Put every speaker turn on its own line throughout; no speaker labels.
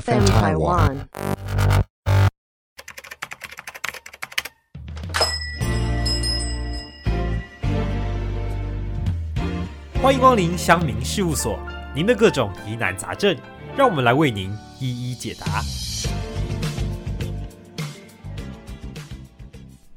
FM Taiwan.
欢迎光临乡民事务所，您的各种疑难杂症，让我们来为您一一解答。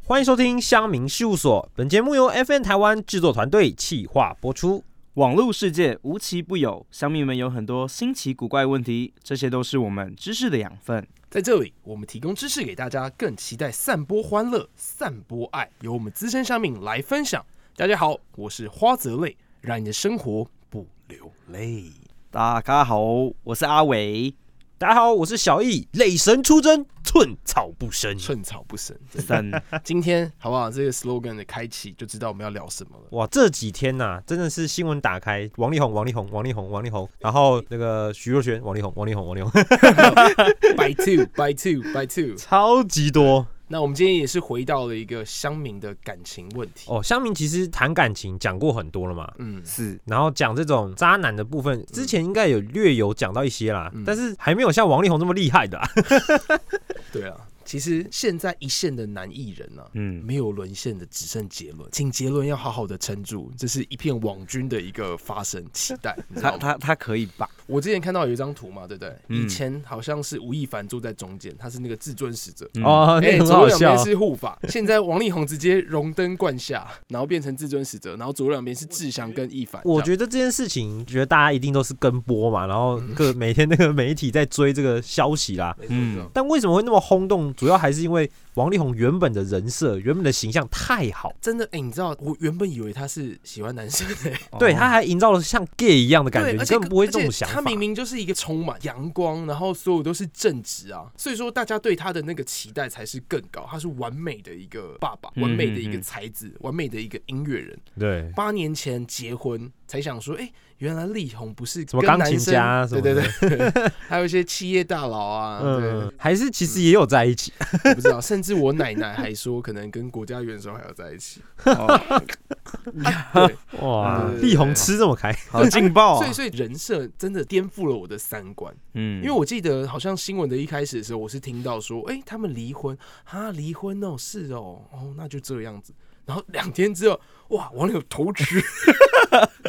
欢迎收听乡民事务所，本节目由 FN 台湾制作团队企划播出。
网络世界无奇不有，乡民们有很多新奇古怪问题，这些都是我们知识的养分。
在这里，我们提供知识给大家，更期待散播欢乐、散播爱，由我们资深乡民来分享。大家好，我是花泽类，让你的生活不流泪。
大家好，我是阿伟。
大家好，我是小易，雷神出征，寸草不生。
寸草不生。真的
三
今天好不好？这个 slogan 的开启就知道我们要聊什么了。
哇，这几天呐、真的是新闻打开，王力宏，王力宏，王力宏，王力宏，然后那个徐若瑄，王力宏，王力宏，王力宏，
by two, by two, by two。
超级多
那我们今天也是回到了一个乡民的感情问题。
哦。乡民其实谈感情讲过很多了嘛，
嗯，
四
然后讲这种渣男的部分，之前应该有略有讲到一些啦，
嗯
但是还没有像王力宏这么厉害的、啊。
对啊。其实现在一线的男艺人呢、啊，
嗯，
没有沦陷的只剩杰伦，请杰伦要好好的撑住，这是一片网军的一个发声期待。你知道
他
吗
他他可以吧？
我之前看到有一张图嘛，对不对？
嗯
以前好像是吴亦凡坐在中间，他是那个至尊使者。
嗯，
哦，那
哎，
个很
左
好
右
笑
两边。是护法，现在王力宏直接荣登冠下，然后变成至尊使者，然后左右两边是志祥跟亦凡。
我
得
觉得这件事情，觉得大家一定都是跟播嘛，然后
嗯
各每天那个媒体在追这个消息啦。
嗯
但为什么会那么轰动？主要还是因为王力宏原本的人设、原本的形象太好，
真的，哎，你知道，我原本以为他是喜欢男生的，
哦
对，他还营造了像 gay 一样的感觉，
对
你
而且
根本不会这种
而且
想法。
他明明就是一个充满阳光，然后所有都是正直啊，所以说大家对他的那个期待才是更高。他是完美的一个爸爸，
嗯
完美的一个
嗯嗯
才子，完美的一个音乐人。
对，
八年前结婚才想说，哎、原来力宏不是
什么
跟
钢琴
男生
家啊什么
对
的
对对， 还有一些企业大佬啊，
嗯，还是其实也有在一起。
对，我不知道，甚至我奶奶还说，可能跟国家元首还要在一起，
哦
对，
哇
对，对对
力宏吃这么开，
好劲爆
哦
所
啊
以！所以人设真的颠覆了我的三观，
嗯
因为我记得好像新闻的一开始的时候，我是听到说，哎、他们离婚啊，离婚哦，是哦，哦，那就这样子。然后两天之后，哇，网友头吃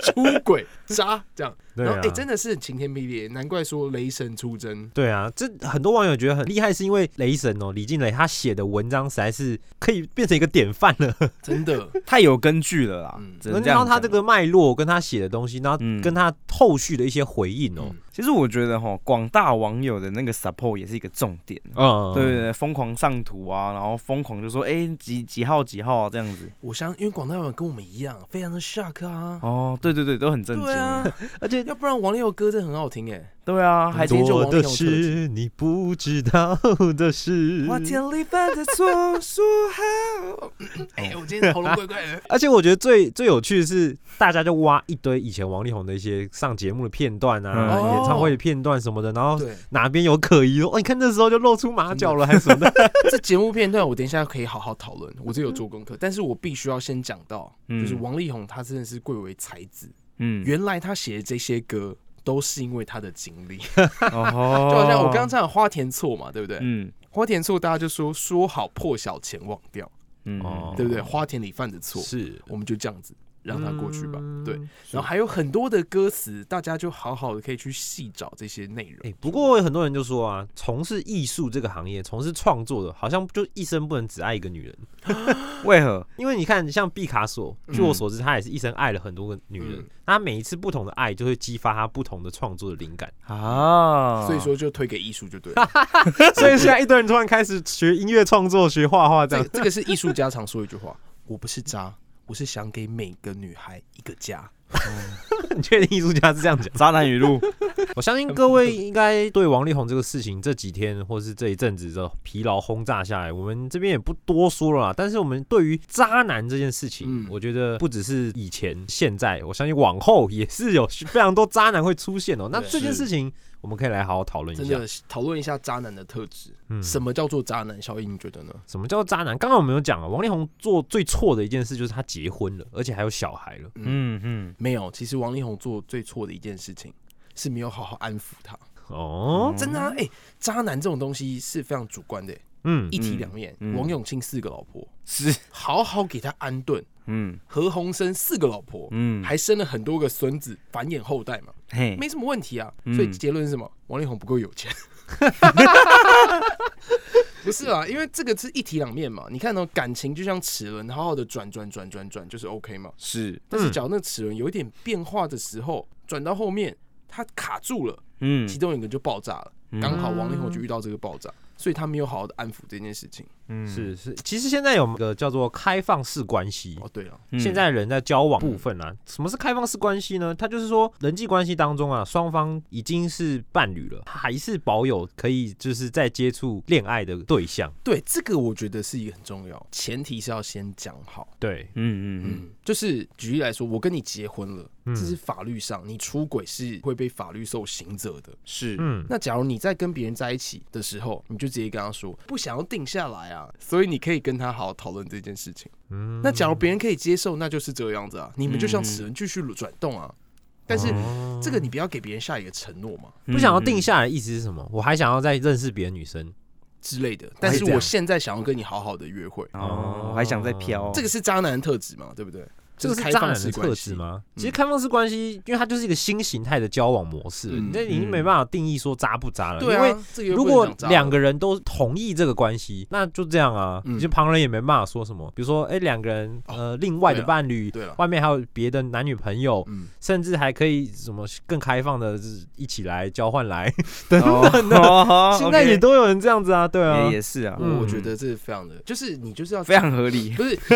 出轨渣这样，
对
然后
啊
哎、真的是晴天霹雳，难怪说雷神出征。
对啊，这很多网友觉得很厉害，是因为雷神哦，李静蕾她写的文章实在是可以变成一个典范了。
真的，
太有根据了啦
嗯。
只能
能
这样
看到他
讲
这个脉络，跟他写的东西，然后
嗯
跟他后续的一些回应哦。
其实我觉得哈，广大网友的那个 support 也是一个重点。
哦
嗯，
对对对，疯狂上图啊，然后疯狂就说，哎，几几号几号啊，这样子。
我相因为广大网友跟我们一样，非常的 shock 啊。
哦，对对对，都很震惊
对。啊，
而且
要不然王力宏歌真的很好听哎。
对啊，还
今天就
多
王力
的
宏
是你不知道的事。
我天里犯的错，说好。
哎、我今天喉咙怪怪的。
而且我觉得最最有趣的是，大家就挖一堆以前王力宏的一些上节目的片段啊、
嗯
演唱会的片段什么的，然后
对，
哪边有可疑哦，你看那时候就露出马脚了，还是什么的。
这节目片段我等一下可以好好讨论，我这有做功课，但是我必须要先讲到，
嗯
就是王力宏他真的是贵为才子，
嗯，
原来他写的这些歌都是因为他的经历，就
哦，
好像我刚刚讲花田错嘛，对不对？
嗯
花田错大家就说说好破晓前忘掉，
嗯
哦
对不对？花田里犯的错，
是，
我们就这样子让它过去吧。
嗯
对，然后还有很多的歌词，大家就好好的可以去细找这些内容。
哎、不过有很多人就说啊，从事艺术这个行业，从事创作的，好像就一生不能只爱一个女人。
为何？
因为你看，像毕卡索，据我所知，他也是一生爱了很多个女人，
嗯
他每一次不同的爱，就会激发他不同的创作的灵感。
啊，
所以说就推给艺术就对了，
所以现在一堆人突然开始学音乐创作、学画画这
这
样
个。这个是艺术家常说一 句话：我不是渣，我是想给每个女孩一个家。
你确定艺术 家是这样 讲？
渣男语录，
我相信各位应该对王力宏这个事情这几天或是这一阵子的疲劳轰炸下来，我们这边也不多说了啦。但是我们对于渣男这件事情，
嗯
我觉得不只是以前、现在，我相信往后也是有非常多渣男会出现哦、那
对
这件事情我们可以来好好讨论一
真
下
的。讨论一下渣男的特质，
嗯
什么叫做渣男？小易你觉得呢？
什么叫渣男？刚刚我们有讲啊，王力宏做最错的一件事就是他结婚了，而且还有小孩了。
嗯嗯，
没有，其实王力宏做最错的一件事情是没有好好安抚他。
哦，
真的啊，哎、渣男这种东西是非常主观的、
嗯
一体两面。
嗯
王永庆四个老婆，
是，
好好给他安顿。
嗯
何鸿燊四个老婆，
嗯，
还生了很多个孙子，繁衍后代嘛，
嘿，
没什么问题啊。
嗯
所以结论是什么？王力宏不够有钱。 不是啊，因为这个是一体两面嘛。你看呢、感情就像齿轮，好好的转转转转转，就是 OK 嘛。
是，
但是，假如那个齿轮有一点变化的时候，转到后面它卡住了，
嗯
其中一个就爆炸了。刚好王力宏
嗯
就遇到这个爆炸，所以他没有好好的安抚这件事情。
嗯
是是，其实现在有个叫做开放式关系，
嗯
哦，对了，
现在人在交往部分啊，什么是开放式关系呢？它就是说人际关系当中啊，双方已经是伴侣了，还是保有可以就是在接触恋爱的对象。
对这个我觉得是一个很重要，前提是要先讲好。
对，
嗯嗯嗯，
嗯，就是举例来说，我跟你结婚了，
嗯
这是法律上你出轨是会被法律受刑责的。
是，
嗯，
那假如你在跟别人在一起的时候，你就直接跟他说不想要定下来啊，所以你可以跟他好好讨论这件事情。
嗯
那假如别人可以接受，那就是这样子啊，你们就像齿轮继续转动啊。但是
哦
这个你不要给别人下一个承诺嘛
嗯
不想要定下来的意思是什么？我还想要再认识别的女生。
之类
哎
的。但是我现在想要跟你好好的约会，
嗯嗯哦，我还想再飘，
这个是渣男的特质嘛，对不对？
这个
是
是
开
渣
放
男的
式
特
关
质
系？
吗？
嗯
其实开放式关系，因为它就是一个新形态的交往模式了，
嗯
那、已经没办法定义说渣不渣了，
对
因为
啊，这个又
如
不能
果
讲渣
两
了
个人都同意这个关系，那就这样啊，
嗯哦
就旁人也没办法说什么。比如说，哎、两个人呃，另外的伴侣，
对了，
外面还有别的男女朋友，
嗯，
甚至还可以什么更开放的，就是一起来交换来。
等等
哦啊
的
现在也都有人这样子啊，对啊
也，也是啊，
嗯
我我觉得这是非常的，就是你就是要
非常合理
不是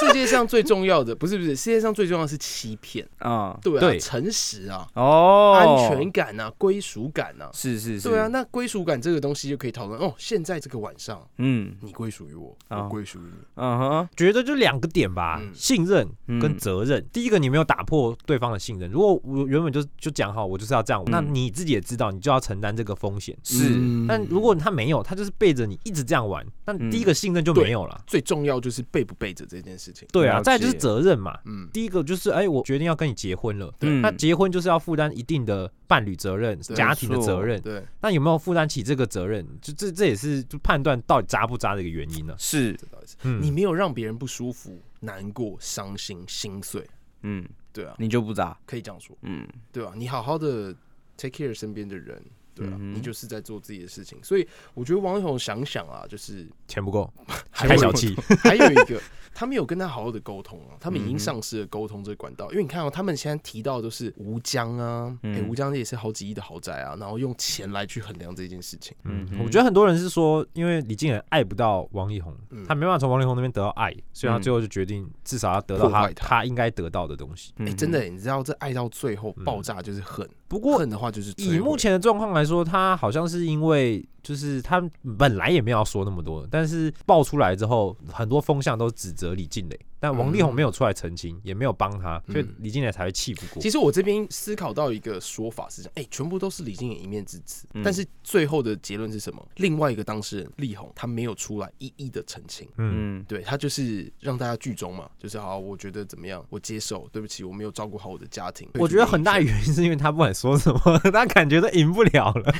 世界上最重要的，不是不是世界上最重要的是欺骗，
啊，
对啊，
对
诚实啊，
哦，
安全感啊，归属感啊，
是是是，
对啊，，那归属感这个东西就可以讨论哦。现在这个晚上，
嗯
你归属于我，
哦
我归属于你，
嗯哼，
觉得就两个点吧，
嗯
信任跟
嗯
责任。第一个，你没有打破对方的信任。如果我原本就就讲好，我就是要这
嗯
样，那你自己也知道，你就要承担这个风险。
是，
但如果他没有，他就是背着你一直这样玩，那
嗯
第一个信任就
对
没有了。
最重要就是背不背着这件事情，
对啊，
了
再来就是
解
责任嘛。
嗯，
第一个就是，哎、我决定要跟你结婚了，
嗯
那结婚就是要负担一定的伴侣责任、
对
家庭的
没错
责任。
对，
那有没有负担起这个责任？就这这也是就判断到底渣不渣的一个原因呢、
是，
这倒是，
嗯，
你没有让别人不舒服、难过、伤心、心碎，
嗯，
对啊，
你就不渣，
可以这样说。
嗯
对啊，你好好的 take care 身边的人，对啊，
嗯哼
你就是在做自己的事情。所以我觉得王力宏想想啊，就是
钱不够，
还有
太
一
小
个，
气。
还有一个，他没有跟他好好的沟通啊，他们已
嗯
经
哼
丧失了沟通这个管道。因为你看哦，他们现在提到的都是吴江啊，哎、
嗯
吴江也是好几亿的豪宅啊，然后用钱来去衡量这件事情。
嗯
嗯，
我觉得很多人是说，因为李靖远爱不到王力宏，
嗯
他没办法从王力宏那边得到爱，所以他最后就决定至少要得到
破
他
坏他
他应该得到的东西。
哎、
嗯
真的、，你知道这爱到最后爆炸就是恨，
嗯不
过
过
恨的话就是
以
摧
目
毁
前的状况来说，他好像是因为就是他本来也没有要说那么多，但是爆出来之后，很多风向都指责李静蕾，但王力宏没有出来澄清，也没有帮他，所以
嗯
李静蕾才会气不过
其。实我这边思考到一个说法是这样，哎、全部都是李靖远一面之词，
嗯
但是最后的结论是什么？另外一个当事人力宏他没有出来一一的澄清，
嗯，
嗯
对他就是让大家剧中嘛，就是好，我觉得怎么样，我接受，对不起，我没有照顾好我的家庭，
我觉得很大原因是因为他不管说什么，他感觉都赢不了了，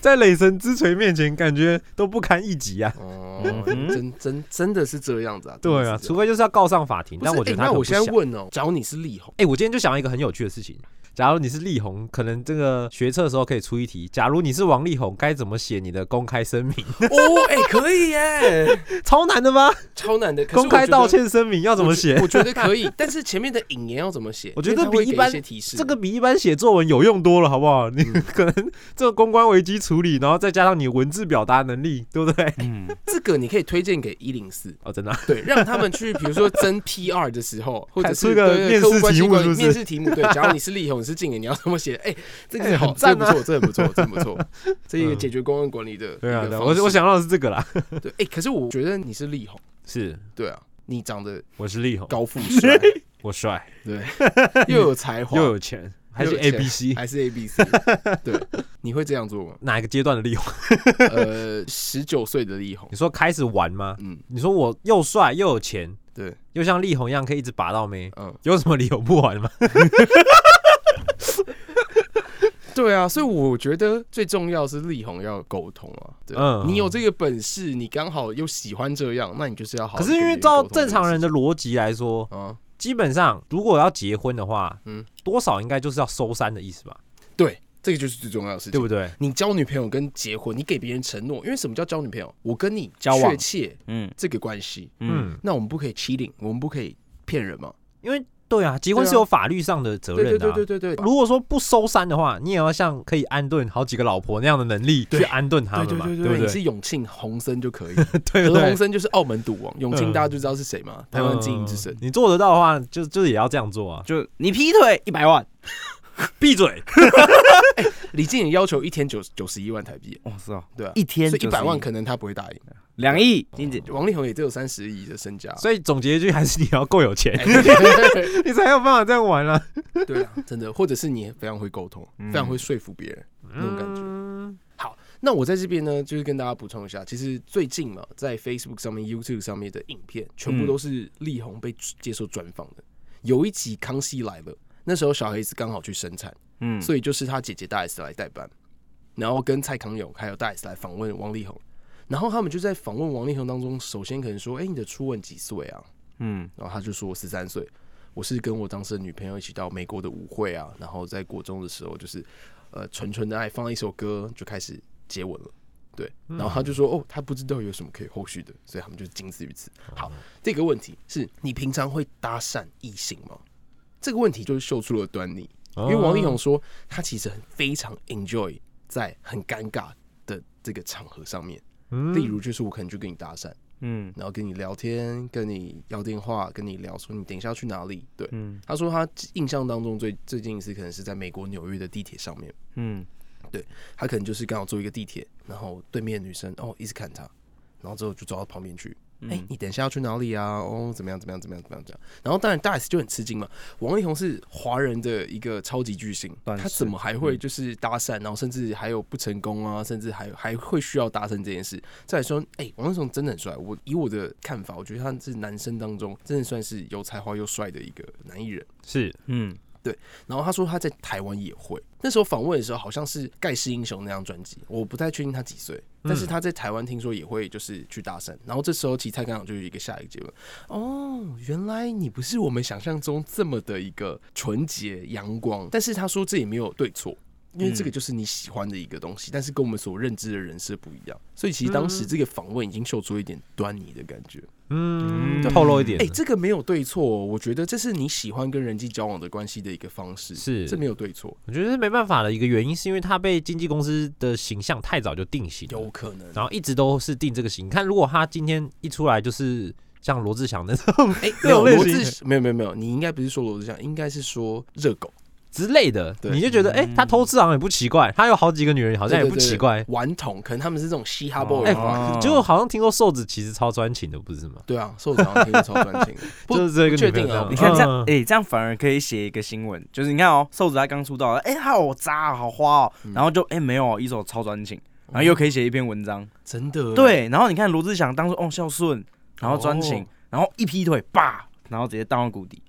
在雷神之锤面前，感觉都不堪一击啊。
哦，
嗯
真真真的是这样子啊，
对啊，除
除
非就是要告上法庭，
不是
但我觉
哎
得他可
那
能
我
不
现在
想
问哦，假如你是力宏，
哎、我今天就想到一个很有趣的事情。假如你是力宏，可能这个学测的时候可以出一题。假如你是王力宏，该怎么写你的公开声明？
哦，哎，可以耶，
超难的吗？
超难的，可是
公
我
开
觉得
道。歉声明要怎么写？
我觉得可以，但是前面的引言要怎么写？
我觉得
因为它会
比一
给
般
些提示，
这个比一般写作文有用多了，好不好？你
嗯
可能这个公关危机处理，然后再加上你文字表达能力，对不对？
嗯，
这个你可以推荐给一零四，
哦，真的啊、
对，让他们去，比如说 争 PR 的时候，或者
出
是
一个
对对
面
客户
试
关
题
系
目
管理
是不是
面试题 目，对，假如你是力宏，你是静言，你要怎么写？哎，这
哎
个好，
很赞
这
啊嗯
个不错，这个不错，这个不错，这一个解决公关管理的一
对啊，
个
对
方
啊
式。
我我想到的是这个啦。
对，哎，可是我觉得你是力宏，
是，
对啊，你长得
我是力宏，
高富帅，
我帅，
对，又有才 华，
又有钱，还是
又有
A
钱
B C
还是 A B C，对，你会这样做吗？
哪一个阶段的力宏？
呃，十九岁的力宏
你，说开始玩吗？
嗯，
你说我又帅又有钱，
对，
又像力宏一样可以一直拔到妹，
嗯，
有什么理由不玩吗？
对啊，所以我觉得最重要是力宏要沟通啊。对，
嗯
你有这个本事，你刚好又喜欢这样，那你就是要好好
可
跟
是
别
因
人
为
沟通这件事情。
照正常人的逻辑来说，
啊，
基本上如果要结婚的话，
嗯
嗯，多少应该就是要收山的意思吧，
对，这个就是最重要的事情，
对不对？
你交女朋友跟结婚，你给别人承诺，因为什么叫交女朋友？我跟你
交往
确切
嗯
这个关系，
嗯，
嗯，
那我们不可以 cheating，我们不可以骗人嘛？
因为对啊，结婚
对啊
是有法律上的责
对
任
对
的、
对
啊。
对对对，对
如果说不收山的话，你也要像可以安顿好几个老婆那样的能力
对
去安顿他们
对
嘛，
对
不
对，你
对？
是永庆洪森就可以，
对
何
不
洪
对？
森就是澳门赌王，永庆
嗯
大家就知道是谁嘛，台湾经营之神
嗯，你做得到的话，就就是也要这样做啊！
就你劈腿一百万，
闭嘴，
李靖也要求一天九九十一万台币，
哇
哦
塞，
对啊，
一天
所以一百万
可
可能他不会答应。
两亿，金姐
王力宏也只有三十亿的身家，
所以总结一句还是你要够有钱，
以
你才有办法这样玩啊。
对啊，真的，或者是你非常会沟通，非常会说服别人。 那种感觉
嗯
那我在这边呢，就是跟大家补充一下，其实最近嘛，在 Facebook 上面、YouTube 上面的影片，全部都是力宏被接受专访的。有一集《康熙来了》，那时候小黑子刚好去生产，
嗯，
所以就是他姐姐大 S 来代班，然后跟蔡康永还有大 S 来访问王力宏。然后他们就在访问王力宏当中，首先可能说：“哎、你的初吻几岁啊？”
嗯
然后他就说我十三岁，我是跟我当时的女朋友一起到美国的舞会啊，然后在国中的时候就是呃纯纯的爱放了一首歌就开始接吻了。对，然后他就说：“哦，他不知道有什么可以后续的，所以他们就仅此于此。”好，这个问题是你平常会搭讪异性吗？这个问题就是秀出了端倪，因为王力宏说他其实很非常 enjoy 在很尴尬的这个场合上面，
嗯
例如就是我可能就跟你搭讪，
嗯
然后跟你聊天，跟你要电话，跟你聊说你等一下要去哪里。对，
嗯
他说他印象当中最最近一次可能是在美国纽约的地铁上面，
嗯
他可能就是刚好坐一个地铁，然后对面的女生哦一直看他，然后之后就走到旁边去，
嗯
哎、你等一下要去哪里啊？哦，怎么样怎么样怎么样怎么样怎么样？然后当然大 S 就很吃惊嘛，王力宏是华人的一个超级巨星，
但是
他怎么还会就是搭讪，然后甚至还有不成功啊，甚至还还会需要搭讪这件事。再来说，哎、王力宏真的很帅，我以我的看法，我觉得他是男生当中真的算是有才华又帅的一个男艺人。
是
嗯
然后他说他在台湾也会。那时候访问的时候，好像是《盖世英雄》那张专辑，我不太确定他几岁，但是他在台湾听说也会就是去搭讪。然后这时候其实蔡康永就有一个下一个结论：哦，原来你不是我们想象中这么的一个纯洁阳光。但是他说这也没有对错。因为这个就是你喜欢的一个东西，但是跟我们所认知的人设不一样，所以其实当时这个访问已经秀出一点端倪的感觉。
嗯
嗯
透露一点
哎、，这个没有对错哦、我觉得这是你喜欢跟人际交往的关系的一个方式，
是
这没有对错，
我觉得是没办法的一个原因，是因为他被经纪公司的形象太早就定型了，
有可能。
然后一直都是定这个型。你看，如果他今天一出来就是像罗志祥那种
哎、
这
没有
种类
罗
型
志，没有没有没有，你应该不是说罗志祥，应该是说热狗，
之类的，
对
你就觉得哎、
嗯
诶他偷吃好像也不奇怪，他有好几个女人好像也
对
不奇怪。
对对顽童，可能他们是这种嘻哈
哦
boy
哎
嘛。
哦
结果好像听说瘦子其实超专情的，不是吗？
对啊，受常听得超专情的，不
就是这个
不确
女朋友
定
这
啊
样
你看这样，
嗯
哎、这样反而可以写一个新闻，就是你看哦，瘦子他刚出道，哎、他好渣、哦，好花哦，然后就哎、没有，一首超专情，然后又可以写一篇文章，
真的
对，然后你看罗志祥当初哦孝顺，然后专情，
哦
然后一劈腿吧，然后直接荡到谷底。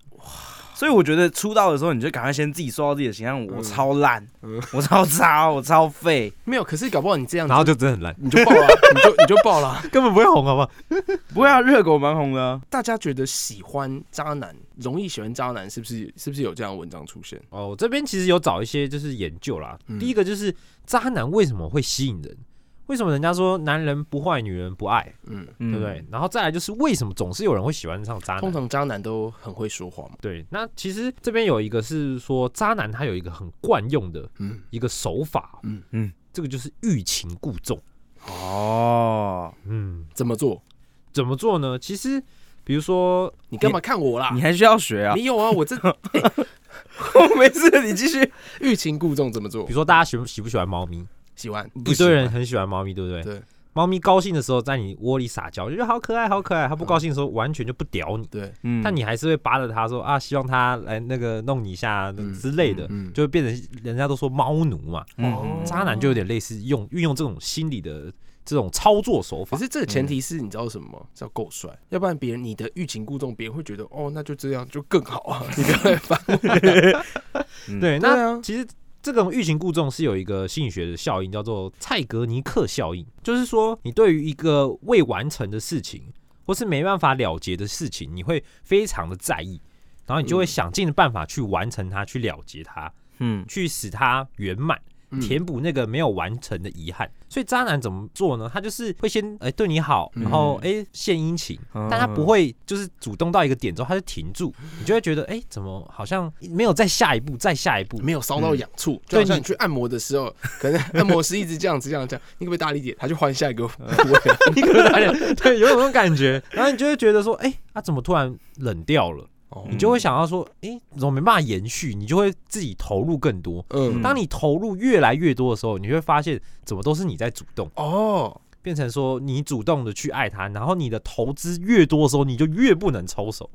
所以我觉得出道的时候，你就赶快先自己塑造自己的形象。
嗯
我超烂，我超渣，我超废。
没有。可是搞不好你这样子，
然后就真的很烂，
你就爆了，啊 你就你就爆了。啊
根本不会红， 好不好？
不会啊，热狗蛮红的啊、
大家觉得喜欢渣男，容易喜欢渣男，是不是？是不是有这样的文章出现？
哦，我这边其实有找一些就是研究啦。
嗯
第一个就是渣男为什么会吸引人？为什么人家说男人不坏，女人不爱，
嗯，
嗯
对不对？？然后再来就是为什么总是有人会喜欢上渣
通
男？
常渣男都很会说谎嘛。
对，那其实这边有一个是说渣男他有一个很惯用的
嗯，
一个手法，嗯
嗯
嗯
嗯，这个就是欲擒故纵。
哦，
嗯，
怎么做？
怎么做呢？其实比如说
你干嘛看我啦
你？还需要学啊？
没有啊，我这
哦
没事，你继续。
欲擒故纵怎么做
比如？说大家喜不喜不喜欢猫咪？
喜欢
一堆人很喜欢猫咪，对不对？
对。
猫咪高兴的时候在你窝里撒娇，就觉得好可爱，好可爱。
嗯
它不高兴的时候完全就不屌你，
对
嗯
但你还是会扒着它说啊，希望它来那个弄你一下
嗯
之类的，
嗯嗯
就会变成人家都说猫奴嘛。
嗯
哦
渣男就有点类似用运用这种心理的这种操作手
可
法。
是这个前提是你知道什么吗？是要够帅，要不然别人你的欲擒故纵，别人会觉得哦，那就这样就更好啊，你不要来烦我。
嗯
对，
对
那
啊，
其实这种欲擒故纵是有一个心理学的效应，叫做蔡格尼克效应，就是说你对于一个未完成的事情，或是没办法了结的事情，你会非常的在意，然后你就会
嗯
想尽办法去完成它，去了结它，
嗯，
去使它圆满。
嗯
填补那个没有完成的遗憾。所以渣男怎么做呢？他就是会先哎、对你好，
嗯
然后哎、献殷勤，
嗯
但他不会就是主动到一个点之后他就停住，你就会觉得哎、怎么好像没有再下一步，再下一步。
没有烧到痒处，就
对
好像
你
你去按摩的时候，可能按摩师一直这样子这样这样，你可不可以大力一点？他就换下一个部位，
你可能有点 对有种感觉，然后你就会觉得说哎，他、怎么突然冷掉了？
哦
你就会想要说哎、怎么没办法延续？你就会自己投入更多。
嗯
当你投入越来越多的时候，你会发现怎么都是你在主动。
哦，
变成说你主动的去爱他，然后你的投资越多的时候，你就越不能抽手，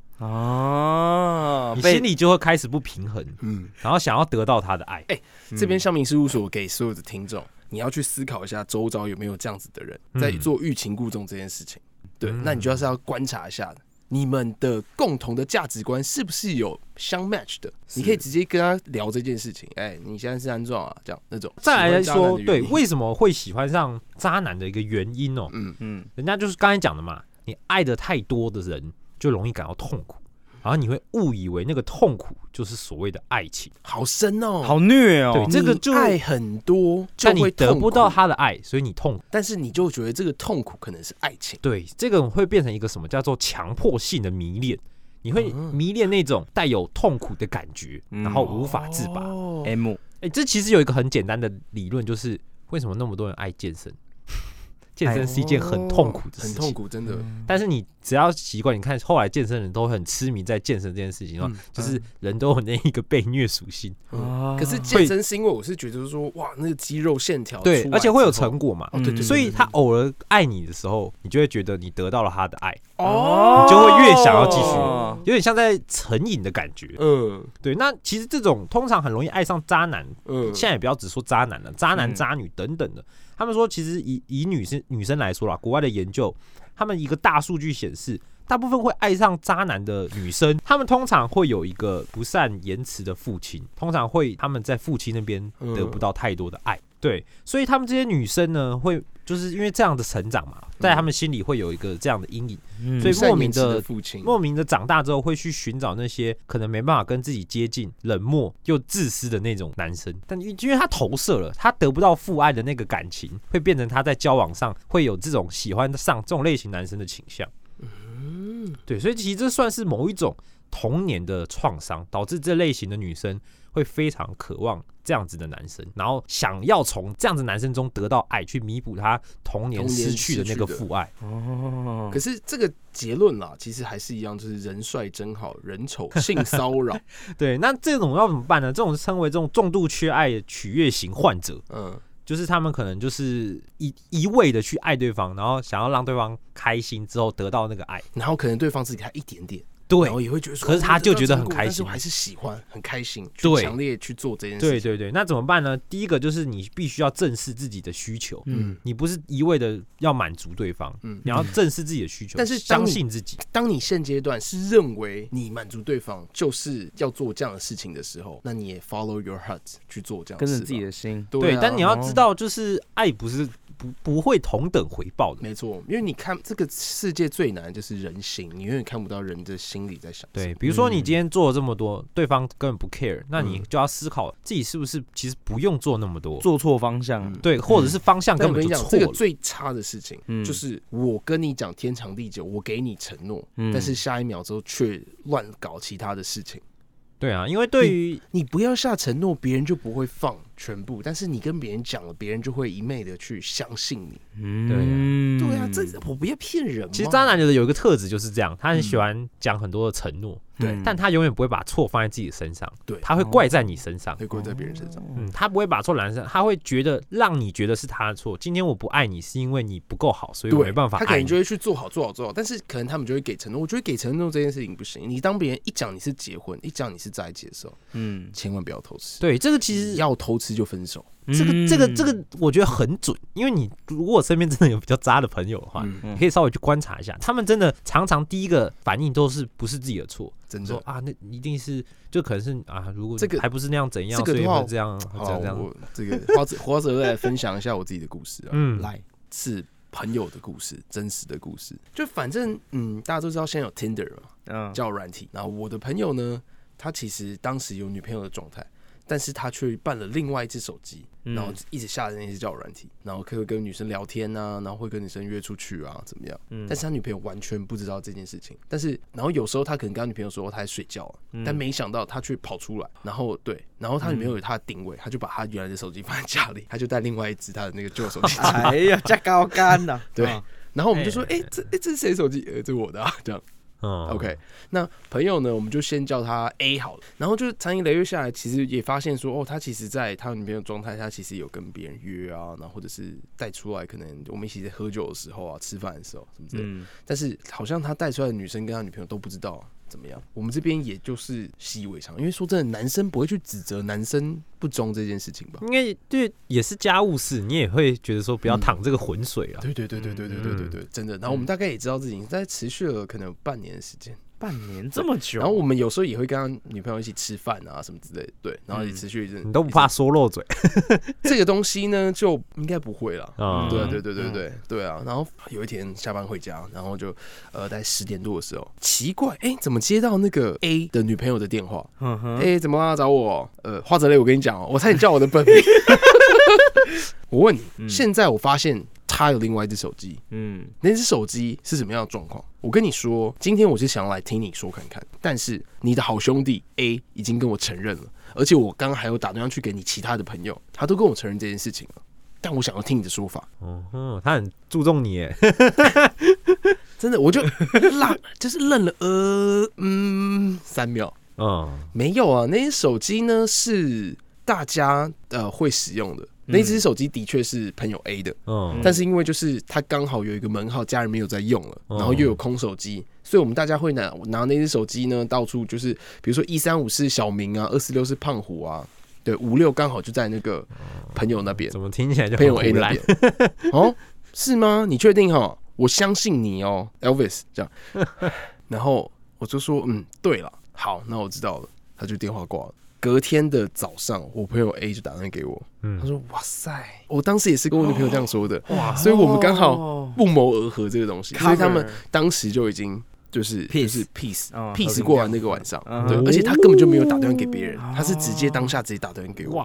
哦，
你
被
心里就会开始不平衡，
嗯，
然后想要得到他的爱。
这
嗯
边香明事务所给所有的听众，你要去思考一下周遭有没有这样子的人在
嗯
做欲擒故纵这件事情。对，
嗯
那你就要是要观察一下你们的共同的价值观是不是有相 match 的，你可以直接跟他聊这件事情。哎，你现在是安壮啊，这样那种。
再来
喜欢渣男
说
的，原
对
因
为什么会喜欢上渣男的一个原因哦，
嗯
嗯
人家就是刚才讲的嘛，你爱的太多的人就容易感到痛苦，然后你会误以为那个痛苦就是所谓的爱情，
好深哦，
好虐哦
对，这个就
你爱很多，就
但你
会
得
痛
不
苦
到，他的爱，所以你痛苦。
但是你就觉得这个痛苦可能是爱情。
对，这个会变成一个什么叫做强迫性的迷恋，你会
嗯
迷恋那种带有痛苦的感觉，
嗯
然后无法自拔。哎、
哦
M
这其实有一个很简单的理论，就是为什么那么多人爱健身？健身是一件很痛苦的事
哦很
情，嗯
痛苦，真的。
哦
但是你只要习惯，你看后来健身人都很痴迷在健身这件事情上，
嗯
就是人都有那一个被虐属性，嗯
啊
可是健身是因为我是觉得说，哇，那个肌肉线条
对
哦出，来
而且会有
之后
成果嘛。
哦，对对，
所以他偶尔爱你的时候，你就会觉得你得到了他的爱，
哦，
你就会越想要继续
哦
有点像在成瘾的感觉。
嗯
对，那其实这种通常很容易爱上渣男，
嗯，
现在也不要只说渣男了，渣男、
嗯
渣女等等的。他们说，其实以以女生女生来说啦，国外的研究，他们一个大数据显示，大部分会爱上渣男的女生，她们通常会有一个不善言辞的父亲，通常会他们在父亲那边得不到太多的爱。对，所以他们这些女生呢，会就是因为这样的成长嘛，在他们心里会有一个这样的阴影。
嗯
所以
善
莫名
言辞
的
的父亲，
莫名的长大之后，会去寻找那些可能没办法跟自己接近、冷漠又自私的那种男生。但因因为他投射了，他得不到父爱的那个感情，会变成他在交往上会有这种喜欢上这种类型男生的倾向。嗯，对，所以其实这算是某一种童年的创伤，导致这类型的女生会非常渴望这样子的男生，然后想要从这样子男生中得到爱，去弥补他童年
童年
失去的那个
失去的
父爱。
哦
可，是这个结论啦，其实还是一样，就是人帅真好人丑 性骚扰，
对，那这种要怎么办呢？这种称为这种重度缺爱取悦型患者，
嗯，
就是他们可能就是一一味的去爱对方，然后想要让对方开心之后得到那个爱。
然后可能对方只给他一点点，
对
然后也会觉得说，
可是他
哦
就
这
觉得
成
很
果
开
但是
心
我还是喜欢，很开心，去
对
强烈去做这件
对
事情，
对对，那怎么办呢？第一个就是你必须要正视自己的需求，
嗯。
你不是一味的要满足对方，
嗯
你要正视自己的需求，
但是当
相
你
信自己。
当你现阶段是认为你满足对方就是要做这样的事情的时候，那你也 follow your heart 去做这样的
跟着
事吧，
自己的心，
对啊，
但你要
哦
知道，就是爱不是不不会同等回报的。
没错，因为你看这个世界最难的就是人心，你永远看不到人的心里在想什么。
对，比啊如说你
嗯
今天做了这么多，对方根本不 care，那你就要思考自己是不是其实不用做那么多，
做错方向，啊
对，或者是方向
嗯但
根
我
本
跟你
就
讲，
错
这个
了。
最差的事情、
嗯
就是我跟你讲天长地久，我给你承诺，
嗯
但是下一秒之后却乱搞其他的事情。
对啊，因为对于
你不要下承诺，别人就不会放全部；但是你跟别人讲了，别人就会一昧的去相信你。
嗯，
对啊，这我不要骗人嘛。
其实渣男的有一个特质就是这样，
嗯
他很喜欢讲很多的承诺，
对
嗯
但他永远不会把错放在自己身上，
对嗯
他会怪在你身上。
会怪在别人身上。
嗯，他不会把错揽上，他会觉得让你觉得是他的错。今天我不爱你是因为你不够好，所以我
对，
没办法
他可
爱
能
你
就。会去做好做好做好，但是可能他们就会给承诺。我觉得给承诺这件事情不行，你当别人一讲你是结婚，一讲你是在一起的时候，
嗯
千万不要偷吃。
对，这个其实
要偷吃就分手。
这个这个
嗯
这个，我觉得很准，因为你如果身边真的有比较渣的朋友的话，
嗯，
你可以稍微去观察一下，他们真的常常第一个反应都是不是自己的错，
真
你
的
说。啊，那一定是就可能是啊，如果
这个
还不是那样怎样，
这个
所以
的话
会这样会这
好
样这
啦，
样，
我这个花子花子来分享一下我自己的故事啊。
嗯
来是朋友的故事，真实的故事。就反正嗯，大家都知道现在有 Tinder 嘛，
嗯，
叫软体。然后我的朋友呢，他其实当时有女朋友的状态，但是他却办了另外一只手机，
嗯
然后一直下载那些交友软体，然后可以跟女生聊天啊，然后会跟女生约出去啊，怎么样？
嗯
但是他女朋友完全不知道这件事情。但是，然后有时候他可能跟他女朋友说他在睡觉啊、
嗯
但没想到他却跑出来，然后对，然后他女朋友有他的定位，他就把他原来的手机放在家里，他就带另外一只他的那个旧手机 进来
哎呀，加高干呐，
对
啊，
然后我们就说，哎、这哎、这是谁手机？呃，这我的、啊，这样。
嗯
OK，那朋友呢，我们就先叫他 A 好了。然后就是长年累月下来，其实也发现说，哦，他其实在他女朋友状态下，其实有跟别人约啊，然后或者是带出来，可能我们一起在喝酒的时候啊，吃饭的时候什么之类 的。
嗯
但是好像他带出来的女生跟他女朋友都不知道怎么样。我们这边也就是习以为常，因为说真的，男生不会去指责男生不忠这件事情吧？
应该对也是家务事，你也会觉得说不要
嗯
淌这个浑水啊。
对对对对对对对对对，真的。然后我们大概也知道自己在持续了可能有半年的时间。
半年这么久，
然后我们有时候也会跟他女朋友一起吃饭啊什么之类的，对，然后也持续一阵、
你都不怕说漏嘴
这个东西呢，就应该不会了。
啊？
对啊，
嗯
对对对对、对啊！然后有一天下班回家，然后就呃，在十点多的时候，奇怪，哎，怎么接到那个 A 的女朋友的电话？
嗯哼，
哎、怎么啦？找我？呃，花泽类，我跟你讲哦，我差点叫我的本名。我问你，
嗯
现在我发现他有另外一只手机，
嗯
那只手机是什么样的状况？我跟你说，今天我是想要来听你说看看，但是你的好兄弟 A 已经跟我承认了，而且我刚刚还有打电话去给你其他的朋友，他都跟我承认这件事情了。但我想要听你的说法，
嗯哼，他很注重你耶，
真的，我就愣，就是愣了呃嗯三秒，
嗯
没有啊，那些手机呢是大家呃会使用的，那只手机的确是朋友 A 的，
嗯
但是因为就是他刚好有一个门号，家人没有在用了，
哦
然后又有空手机，所以我们大家会拿拿那只手机呢，到处就是，比如说一三五是小明啊，二四六是胖虎啊，对，五六刚好就在那个朋友那边，
怎么听起来就
朋友
很
A
胡
那
乱
边， 哦，是吗？你确定哈？我相信你哦，Elvis 这样， 然后我就说，嗯，对了，好，那我知道了，他就电话挂了。隔天的早上，我朋友 A 就打电话给我，他
嗯，
说：“哇塞！”我当时也是跟我女朋友这样说的，哇！所以我们刚好
哦
不谋而合这个东西，所以他们
Cover
当时就已经就是就
Peace
是 peace
啊
哦
peace 过完那个晚上，
嗯
对，
哼
而且他根本就没有打电话给别人，
哦
他是直接当下直接打电话给我。
哇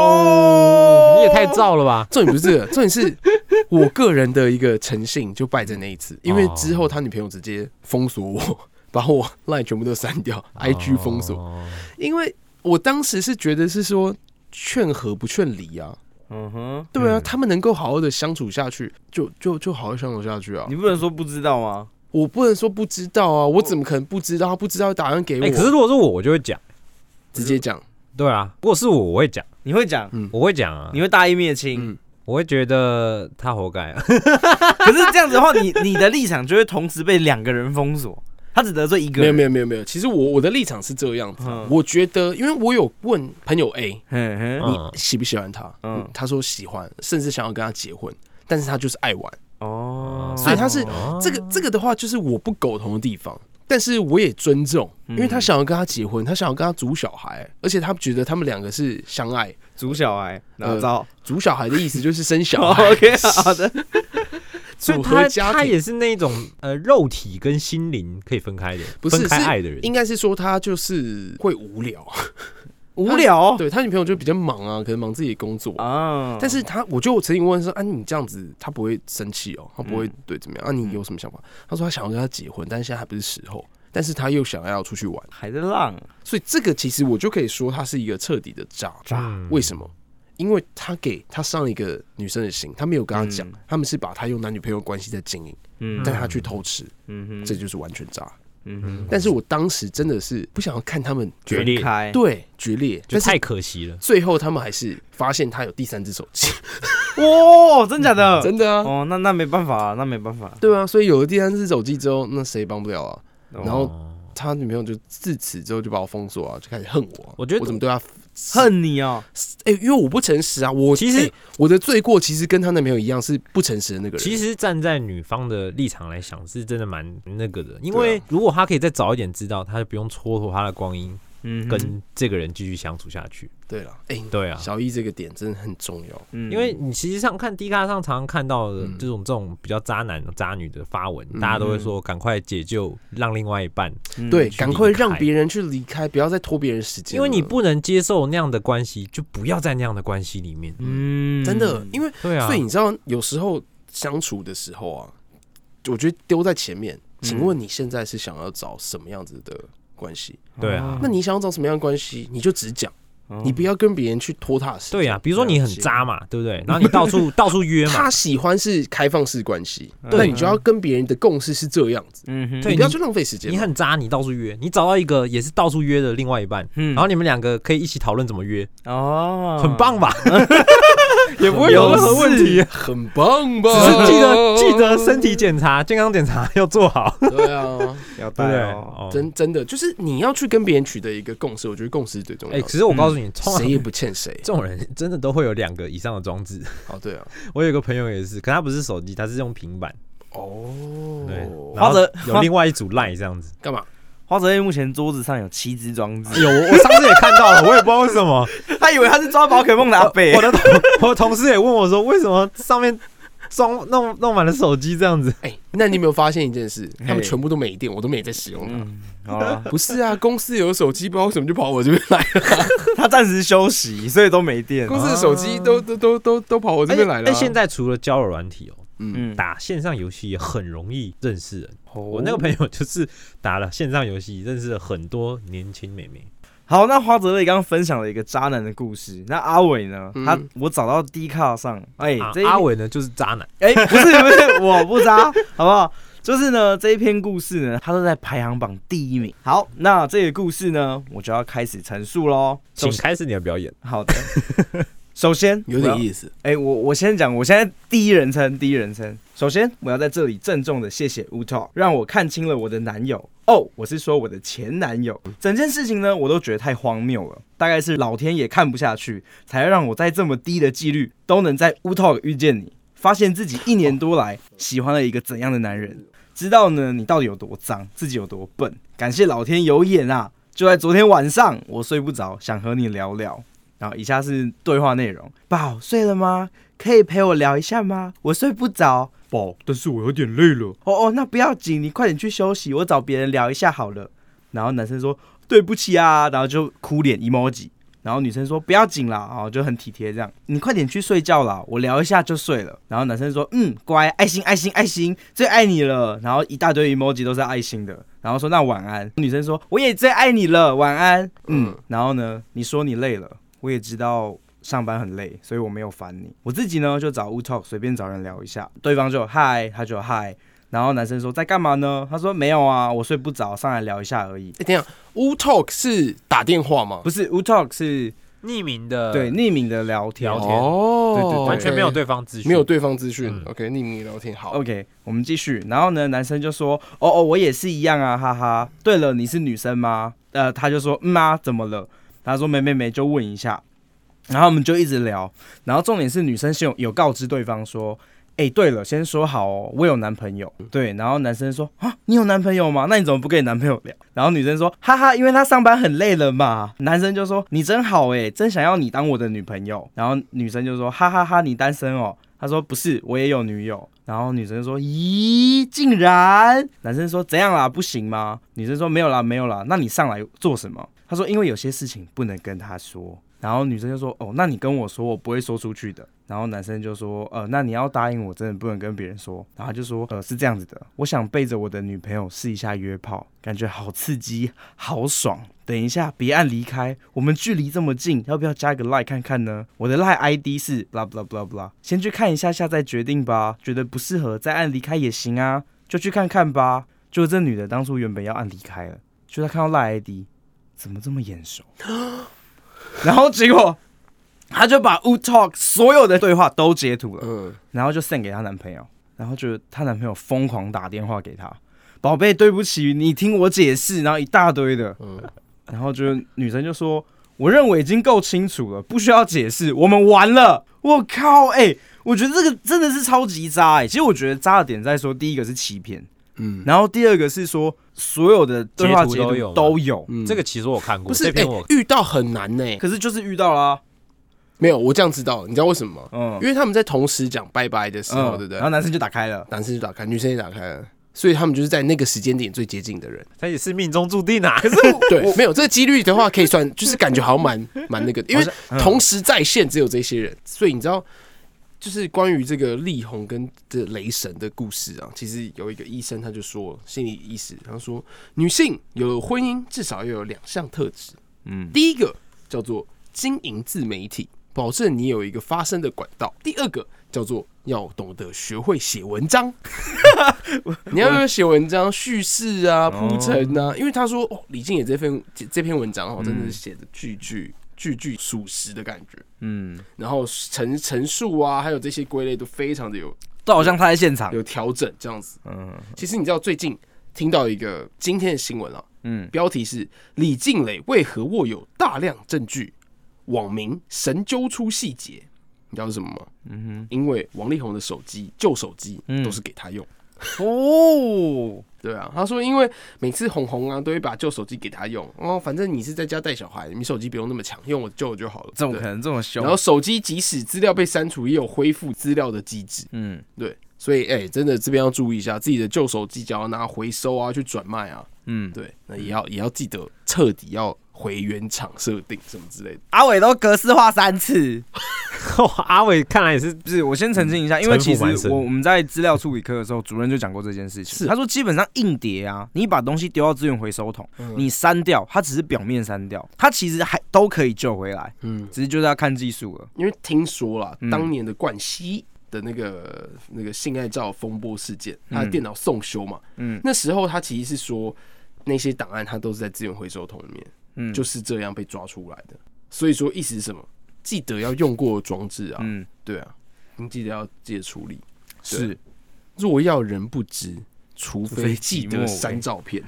哦，你也太燥了吧？
重点不是这个，重 点是我个人的一个诚信就败在那一次，因为之后他女朋友直接封锁我，把我 line 全部都删掉，IG 封锁，
哦
因为我当时是觉得是说劝和不劝离啊，
嗯哼，
对啊，
嗯
他们能够好好的相处下去，就就就好好相处下去啊
你。不能说不知道吗？
我不能说不知道啊，我怎么可能不知道？他不知道打算给我，
哎，可是如果是我，我就会讲，
直接讲，
对啊，如果是我，我会讲，
你会讲，
我会讲啊
你，会大义灭亲，
嗯，
我会觉得他活该啊，
可是这样子的话，你 你的立场就会同时被两个人封锁，他只得罪一个
没有
人。
没有没有没有，其实我我的立场是这样子啊，
嗯
我觉得，因为我有问朋友 A，
嗯哼，
你
嗯
喜不喜欢他？
嗯
嗯，他说喜欢，甚至想要跟他结婚，但是他就是爱玩。
哦，
所以他是
哦
这个这个的话，就是我不苟同的地方，但是我也尊重，
嗯
因为他想要跟他结婚，他想要跟他组小孩，而且他觉得他们两个是相爱。
主小孩哪
呃
招
组小孩的意思就是生小
哦
孩，
？OK，好的，
所以
组合
他
家
他
庭
也是那种呃肉体跟心灵可以分开的，
不是
分开
是
爱的人，
应该是说他就是会无聊，
无
哦
聊
对他女朋友就比较忙啊，可能忙自己的工作。
啊
但是他，我就曾经问说：“啊，你这样子，他不会生气哦，他不会
嗯
对怎么样？啊，你有什么想法？”他说他想要跟他结婚，但是现在还不是时候，但是他又想要出去玩，
还在浪，
所以这个其实我就可以说他是一个彻底的渣。
嗯
为什么？因为他给他上一个女生的心，他没有跟他讲，
嗯
他们是把他用男女朋友关系在经营，
嗯
但他去偷吃，
嗯哼
这就是完全渣。
嗯哼
但是我当时真的是不想要看他们
决裂
分开，
对决裂，
就
但是
太可惜了。
最后他们还是发现他有第三只手机，
哇，哦真假的？
真的啊，
哦，那那没办法啊，那没办法。
对啊，所以有了第三只手机之后，那谁帮不了啊？
哦
然后他女朋友就自此之后就把我封锁啊，就开始恨我啊、
我觉得
我怎么对他
恨你哦，
哎、因为我不诚实啊，我
其实
哎我的罪过其实跟他男朋友一样，是不诚实的那个人。
其
实
实站在女方的立场来想，是真的蛮那个的，因
对啊
为如果她可以再早一点知道，她就不用蹉跎她的光阴，
嗯哼，
跟这个人继续相处下去。
对了，哎、
对啊，
小易这个点真的很重要。
嗯
因为你其实上看 D 卡上常常看到的
嗯
这种这种比较渣男渣女的发文，
嗯
大家都会说赶快解救，让另外一半，
嗯
对，
去
赶快
离开
让别人去离开，不要再拖别人时间
因
了。
为你不能接受那样的关系，就不要在那样的关系里面。
嗯
真的，因为
对啊
所，以你知道，有时候相处的时候啊，我觉得丢在前面。
嗯
请问你现在是想要找什么样子的关系？
对啊
那你想要找什么样的关系，你就只讲，
哦
你不要跟别人去拖沓时间。
对啊，比如说你很渣嘛，对不对？然后你到 处到处约嘛，
他喜欢是开放式关系，
嗯
那你就要跟别人的共识是这样子，
嗯哼
对
你不要去浪费时间
你
嘛。
很渣，你到处约，你找到一个也是到处约的另外一半，
嗯
然后你们两个可以一起讨论怎么约，
哦，
很棒吧？也不会嗯
有
有任何问题，
很棒吧？
只是记得记得身体检查、健康检查 要做好，对
对啊，
要
不对？
带哦，
哦
真真的就是你要去跟别人取得一个共识，我觉得共识是最重要
哎，
的。
可是我告诉你，通常
谁也不欠谁。
这种人真的都会有两个以上的装置。
哦，对啊，
我有一个朋友也是，可他不是手机，他是用平板，
哦，
对，然
花
后
泽
有另外一组 line 这样子。
干嘛？
花泽类目前桌子上有七只装 置，
有，我我上次也看到了，我也不知道为什么。
他以为他是抓宝可哦梦的阿贝
我，的同我同事也问我说，为什么上面装弄弄满了手机这样子？
哎、那你有没有发现一件事？
嘿
他们全部都没电，我都没在使用它。
嗯，好了，
不是啊，公司有手机，不知道为什么就跑我这边来了。
他暂时休息，所以都没电。
公司的手机都都都都都跑我这
而
边
且
来了、啊
哎现，在除了交友软体哦，
嗯，
嗯，
打线上游戏也很容易认识人。
我
我
哦
那个朋友就是打了线上游戏，认识了很多年轻美眉。
好，那花泽类刚刚分享了一个渣男的故事，那阿伟呢？
嗯
他我找到 D 卡上，哎，
啊
这一
阿伟呢就是渣男，
哎，不是不是，我不渣，好不好？就是呢，这一篇故事呢，它都在排行榜第一名。好，那这个故事呢，我就要开始陈述喽。首
请开始你的表演。
好 的，首先
有点意思。
哎、我我先讲，我现在第一人称，第一人称。首先，我要在这里郑重的谢谢 u t o 让我看清了我的男友。哦，我是说我的前男友。整件事情呢，我都觉得太荒谬了，大概是老天也看不下去，才让我在这么低的几率都能在 u t o 遇见你，发现自己一年多来喜欢了一个怎样的男人，知道呢你到底有多脏，自己有多笨。感谢老天有眼啊！就在昨天晚上，我睡不着，想和你聊聊。然后以下是对话内容：宝睡了吗？可以陪我聊一下吗？我睡不着。宝，但是我有点累了。哦哦，那不要紧，你快点去休息，我找别人聊一下好了。然后男生说对不起啊，然后就哭脸 emoji。然后女生说不要紧啦，哦，就很体贴这样，你快点去睡觉啦，我聊一下就睡了。然后男生说嗯，乖，爱心爱心爱心，最爱你了。然后一大堆 emoji 都是爱心的。然后说那晚安，女生说我也最爱你了，晚安。嗯
嗯，
然后呢，你说你累了，我也知道上班很累，所以我没有烦你。我自己呢就找 Wu Talk 随便找人聊一下，对方就嗨，他就嗨。然后男生说在干嘛呢？他说没有啊，我睡不着，上来聊一下而已。
哎、等一下，U Talk 是打电话吗？
不是 Wu Talk 是
匿名的
对匿名的聊天。
呃聊天
哦
对对对
完全没有对方资
OK，
讯，
没有对方资讯、
嗯
OK，匿名聊天好。
哦 OK，我们继续。然后呢，男生就说：“哦哦，我也是一样啊，哈哈。”对了，你是女生吗？呃，他就说：“嗯啊，怎么了？”他说：“没没没，就问一下。”然后我们就一直聊。然后重点是女生先有有告知对方说：“哎、对了，先说好哦，我有男朋友。”对，然后男生说：“啊，你有男朋友吗？那你怎么不跟你男朋友聊？”然后女生说：“哈哈，因为他上班很累了嘛。”男生就说：“你真好哎、真想要你当我的女朋友。”然后女生就说：“哈哈哈你单身哦。”他说不是，我也有女友。然后女生说：“咦，竟然！”男生说：“怎样啦？不行吗？”女生说：“没有啦，没有啦。那你上来做什么？”他说：“因为有些事情不能跟他说。”然后女生就说：“哦，那你跟我说，我不会说出去的。”然后男生就说：“呃，那你要答应我，真的不能跟别人说。”然后他就说：“呃，是这样子的，我想背着我的女朋友试一下约炮，感觉好刺激，啊好爽。等一下，别按离开，我们距离这么近，要不要加个 like 看看呢？我的 like ID 是 blah blah blah blah，先去看一下下再决定吧。觉得不适合再按离开也行啊，就去看看吧。就这女的当初原本要按离开了，就她看到 like ID，怎么这么眼熟？然后结果她就把 U Talk 所有的对话都截图了。
嗯，
然后就 send 给她男朋友，然后就她男朋友疯狂打电话给她，宝贝，对不起，你听我解释，然后一大堆的，
嗯
然后就女生就说，我认为已经够清楚了，不需要解释。我们完了，我靠，哎、我觉得这个真的是超级渣哎、其实我觉得渣的点在说，第一个是欺骗，
嗯，
然后第二个是说所有的对话
截图
截
都
图
有吗
都有，
嗯
这个其实我看过，
不是
这篇
哎
我、
遇到很难呢、
可是就是遇到啦、
没有，我这样知道，你知道为什么吗？
嗯
因为他们在同时讲拜拜的时候，
嗯，
对不对
然？后男生就打开了，
男生就打开，女生也打开了，所以他们就是在那个时间点最接近的人。
他也是命中注定啊。可 是
对，没有这个几率的话，可以算，就是感觉好像蛮蛮那个的，因为
好像嗯
同时在线只有这些人，所以你知道，就是关于这个力宏跟这雷神的故事啊，其实有一个医生他就说，心理医师他说，女性有婚姻至少要有两项特质，
嗯，
第一个叫做经营自媒体，保证你有一个发声的管道；第二个叫做要懂得学会写文章， 你要不要写文章叙事啊、
哦
铺陈啊？因为他说，哦，李静也这篇这这篇文章哦，真的是写的句句句句属实的感觉，
嗯，
然后陈陈述啊，还有这些归类都非常的有
都好像他在现场，
有调整这样子。
嗯
其实你知道最近听到一个今天的新闻啊，
嗯，
标题是李静蕾为何握有大量证据，网民神揪出细节。你知道是什么吗？
嗯
因为王力宏的手机旧手机
嗯
都是给他用，
哼，哦，
对啊。他说，因为每次红红啊都会把旧手机给他用，哦，反正你是在家带小孩，你手机不用那么强，用我旧的就好了。
这种
对
可能这种凶
然，后手机即使资料被删除，也有恢复资料的机制。
嗯
对，所以哎、真的这边要注意一下自己的旧手机，只要拿回收啊，去转卖啊，
嗯，
对，那也要也要记得彻底要回原厂设定什么之类的。
阿伟都格式化三次，嗯
阿伟看来也是
不是，我先澄清一下，因为其
城府蛮
实
深
我我们在资料处理课的时候，主任就讲过这件事情。
是
他说基本上硬碟啊，你把东西丢到资源回收桶，你删掉，它只是表面删掉，它其实还都可以救回来，
嗯，
只是就是要看技术了。
因为听说啦，
嗯
当年的冠希的那个那个性爱照风波事件，他的电脑送修嘛，
嗯
那时候他其实是说那些档案他都是在资源回收桶里面，
嗯，
就是这样被抓出来的。所以说意思是什么？记得要用过的装置啊，
嗯
对啊，你记得要记得处理。啊
是，
若要人不知，除
除非
非记
寂寞
得
为
删照 片。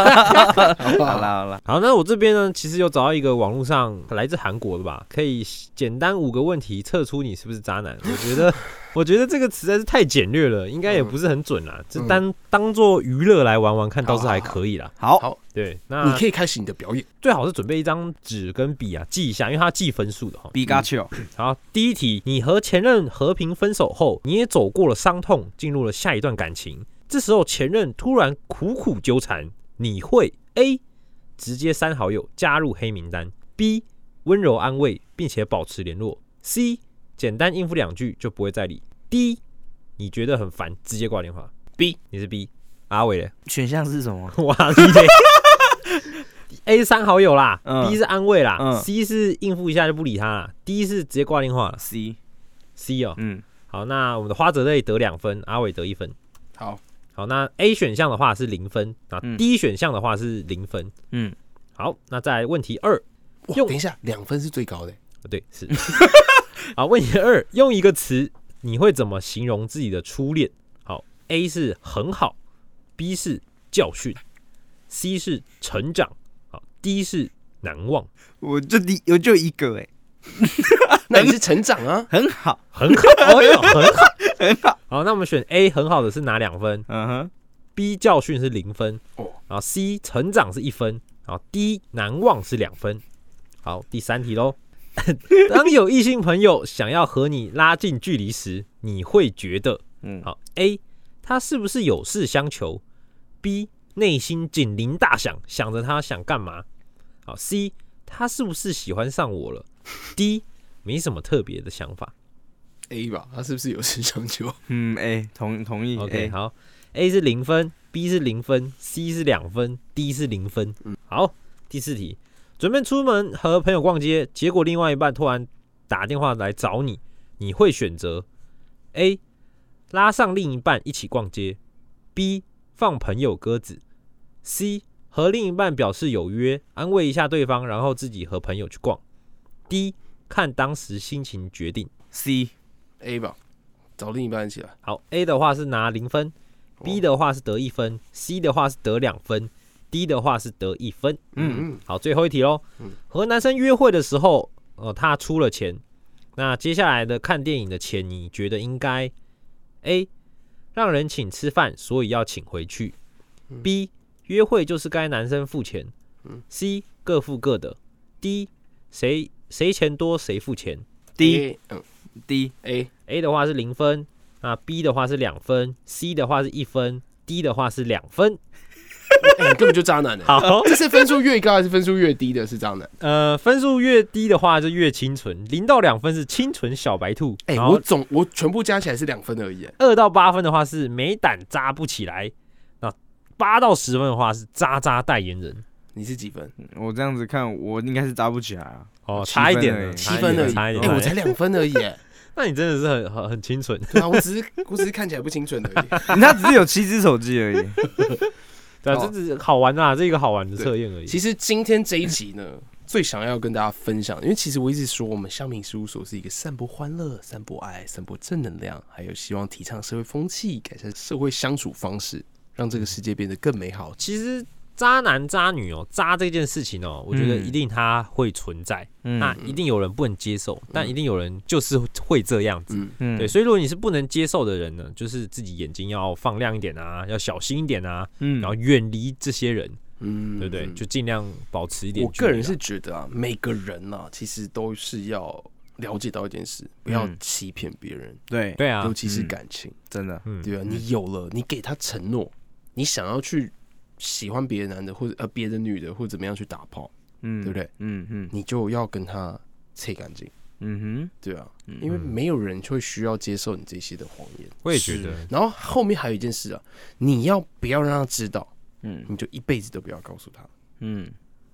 好啦好啦，
好，那我这边呢，其实有找到一个网络上来自韩国的吧，可以简单五个问题测出你是不是渣男。我觉得， 我觉得这个实在是太简略了，应该
嗯
也不是很准啦，就当当做娱乐来玩玩看，倒是还可以啦。
好，
好，
对，
你
那
可以开始你的表演。
最好是准备一张纸跟笔啊，记一下，因为它记分数的哈。
比嘎丘，
好，第一题，你和前任和平分手后，你也走过了伤痛，进入了下一段感情。这时候前任突然苦苦纠缠，你会 A 直接删好友，加入黑名单；B 温柔安慰，并且保持联络；C 简单应付两句就不会再理；D 你觉得很烦，直接挂电话。
B
你是 B，阿伟嘞，
选项是什么？
哇你嘞 A 删好友啦、
嗯
b 是安慰啦、
嗯
c 是应付一下就不理他啦，D 是直接挂电话啦
C，
C 哦，
嗯，
好，那我们的花泽类得两分，阿伟得一分。
好，
好，那 A 选项的话是零分，那
嗯
D 选项的话是零分。
嗯，
好，那再来问题二，
哇
用
等一下，两分是最高 的。欸
不对，是。 好，问题二，用一个词，你会怎么形容自己的初恋？好，A 是很好，B 是教训，C 是成长，好，D 是难忘。
我就第我就一个哎，，
那你是成长啊
很好，
很好，哎呦，很好，很好。好，那我们选 A 很好的是哪两分？
嗯哼，
B 教训是零分，
哦
然后 C 成长是一分，然后 D 难忘是两分。好，第三题喽。当有异性朋友想要和你拉近距离时，你会觉得，
嗯
好 A 他是不是有事相求？B 内心警铃大响，想着他想干嘛？好 C 他是不是喜欢上我了？D 没什么特别的想法。
，A 吧？他是不是有事相求？
嗯，A 同同意欸哎
OK，
，A，
好，A 是零分，B 是零分，C 是两分，D 是零分。好，第四题，准备出门和朋友逛街，结果另外一半突然打电话来找你，你会选择 A 拉上另一半一起逛街，B 放朋友鸽子，C 和另一半表示有约，安慰一下对方，然后自己和朋友去逛，D 看当时心情决定。
C，
A 吧，找另一半一起来。哦
好，A 的话是拿零分，B 的话是得一分，C 的话是得两分低的话是得一分。
嗯，
好，最后一题喽
嗯。
和男生约会的时候，呃，他出了钱，那接下来的看电影的钱，你觉得应该 A 让人请吃饭，所以要请回去
嗯
；B 约会就是该男生付钱
嗯
；C 各付各的；D 谁谁钱多谁付钱。
低
A，嗯
低
A
A 的话是零分，那 B 的话是两分，C 的话是一分，D 的话是两分。
哎你根本就渣男的。
好，
这是分数越高还是分数越低的？是渣男。
呃，分数越低的话就越清纯，零到两分是清纯小白兔，
哎、
然后
我总我全部加起来是两分而已。哎
二到八分的话是没胆扎不起来，那八到十分的话是渣渣代言人。
你是几分？
我这样子看，我应该是扎不起来啊。
哦，
七
差一点
分而
了，
已
七
差一
分
点
而
了
已。
差
哎、
一点了。
我才两分而已。哎
那你真的是很很很清纯，
对啊，我只是我只是看起来不清纯而已。
他只是有七只手机 而已。
对啊，
哦
这只是好玩啦，这一个好玩的测验而已。
其实今天这一集呢，最想要跟大家分享，因为其实我一直说，我们香民事务所是一个散播欢乐、散播爱、散播正能量，还有希望提倡社会风气，改善社会相处方式，让这个世界变得更美好。
其实渣男渣女哦，渣这件事情哦，我觉得
嗯
一定它会存在，那
嗯
一定有人不能接受，但一定有人就是会这样子。
嗯，
嗯
对，所以如果你是不能接受的人呢，就是自己眼睛要放亮一点啊，要小心一点啊，
嗯
然后远离这些人，
嗯
对不对？就尽量保持一点
我
距离啊。
个人是觉得啊，每个人啊，其实都是要了解到一件事，不要
嗯
欺骗别人，
对，
对啊
尤，其是
嗯
感情。
真的，
嗯，
对啊，你有了，你给他承诺，你想要去喜欢别的男的，或者呃别的女的，或者怎么样去打炮，
嗯，
对不对？
嗯嗯
你就要跟他切干净。
嗯
对啊，
嗯
因为没有人会需要接受你这些的谎言。
我也觉得，
然后后面还有一件事啊，你要不要让他知道？
哼，嗯
你就一辈子都不要告诉他，
嗯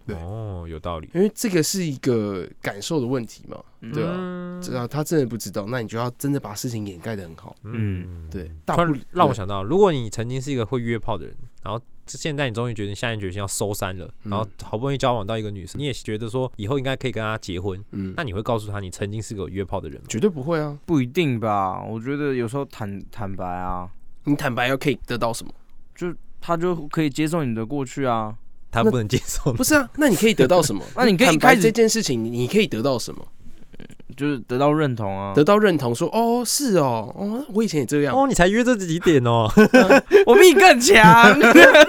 对
哦，有道理。
因为这个是一个感受的问题嘛。
嗯
对啊，
嗯
知道他真的不知道，那你就要真的把事情掩盖的很好。
嗯，
对，大
突
不
然让我想到，如果你曾经是一个会约炮的人，然后现在你终于决定下定决心要收山了，
嗯
然后好不容易交往到一个女生，你也觉得说以后应该可以跟她结婚，
嗯
那，你会告诉她你曾经是个约炮的人吗？
绝对不会啊！
不一定吧？我觉得有时候坦坦白啊，
你坦白要可以得到什 么？
就他就可以接受你的过去啊。？
她不能接受
不。是啊， 那你可以得到什么
那你可以
坦白
一开始
这件事情，你你可以得到什么？
就是得到认同啊
得！到认同说，哦，是哦，哦，我以前也这样。
哦，你才约这几点哦，
我比你更强。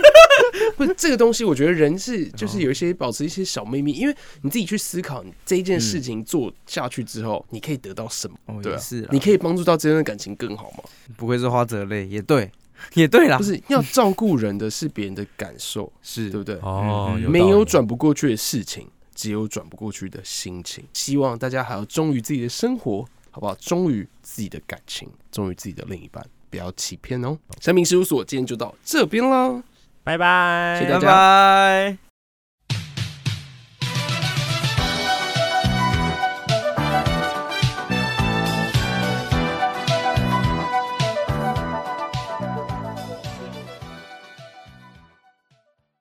不是这个东西，我觉得人是就是有一些保持一些小秘密，因为你自己去思考你这一件事情做下去之后，你可以得到什么？
哦，
嗯对
也
啊
是啊，
你可以帮助到这段感情更好吗？
不愧是花泽类，也对，也对啦
不，是要照顾人的是别人的感 受，
是
对不对？
哦，
嗯
道理
没有转不过去的事情，只有转不过去的心情。希望大家还要忠于自己的生活，好不好？忠于自己的感情，忠于自己的另一半，不要欺骗哦。神明事务所今天就到这边啦。
拜拜，
谢谢大家
拜拜。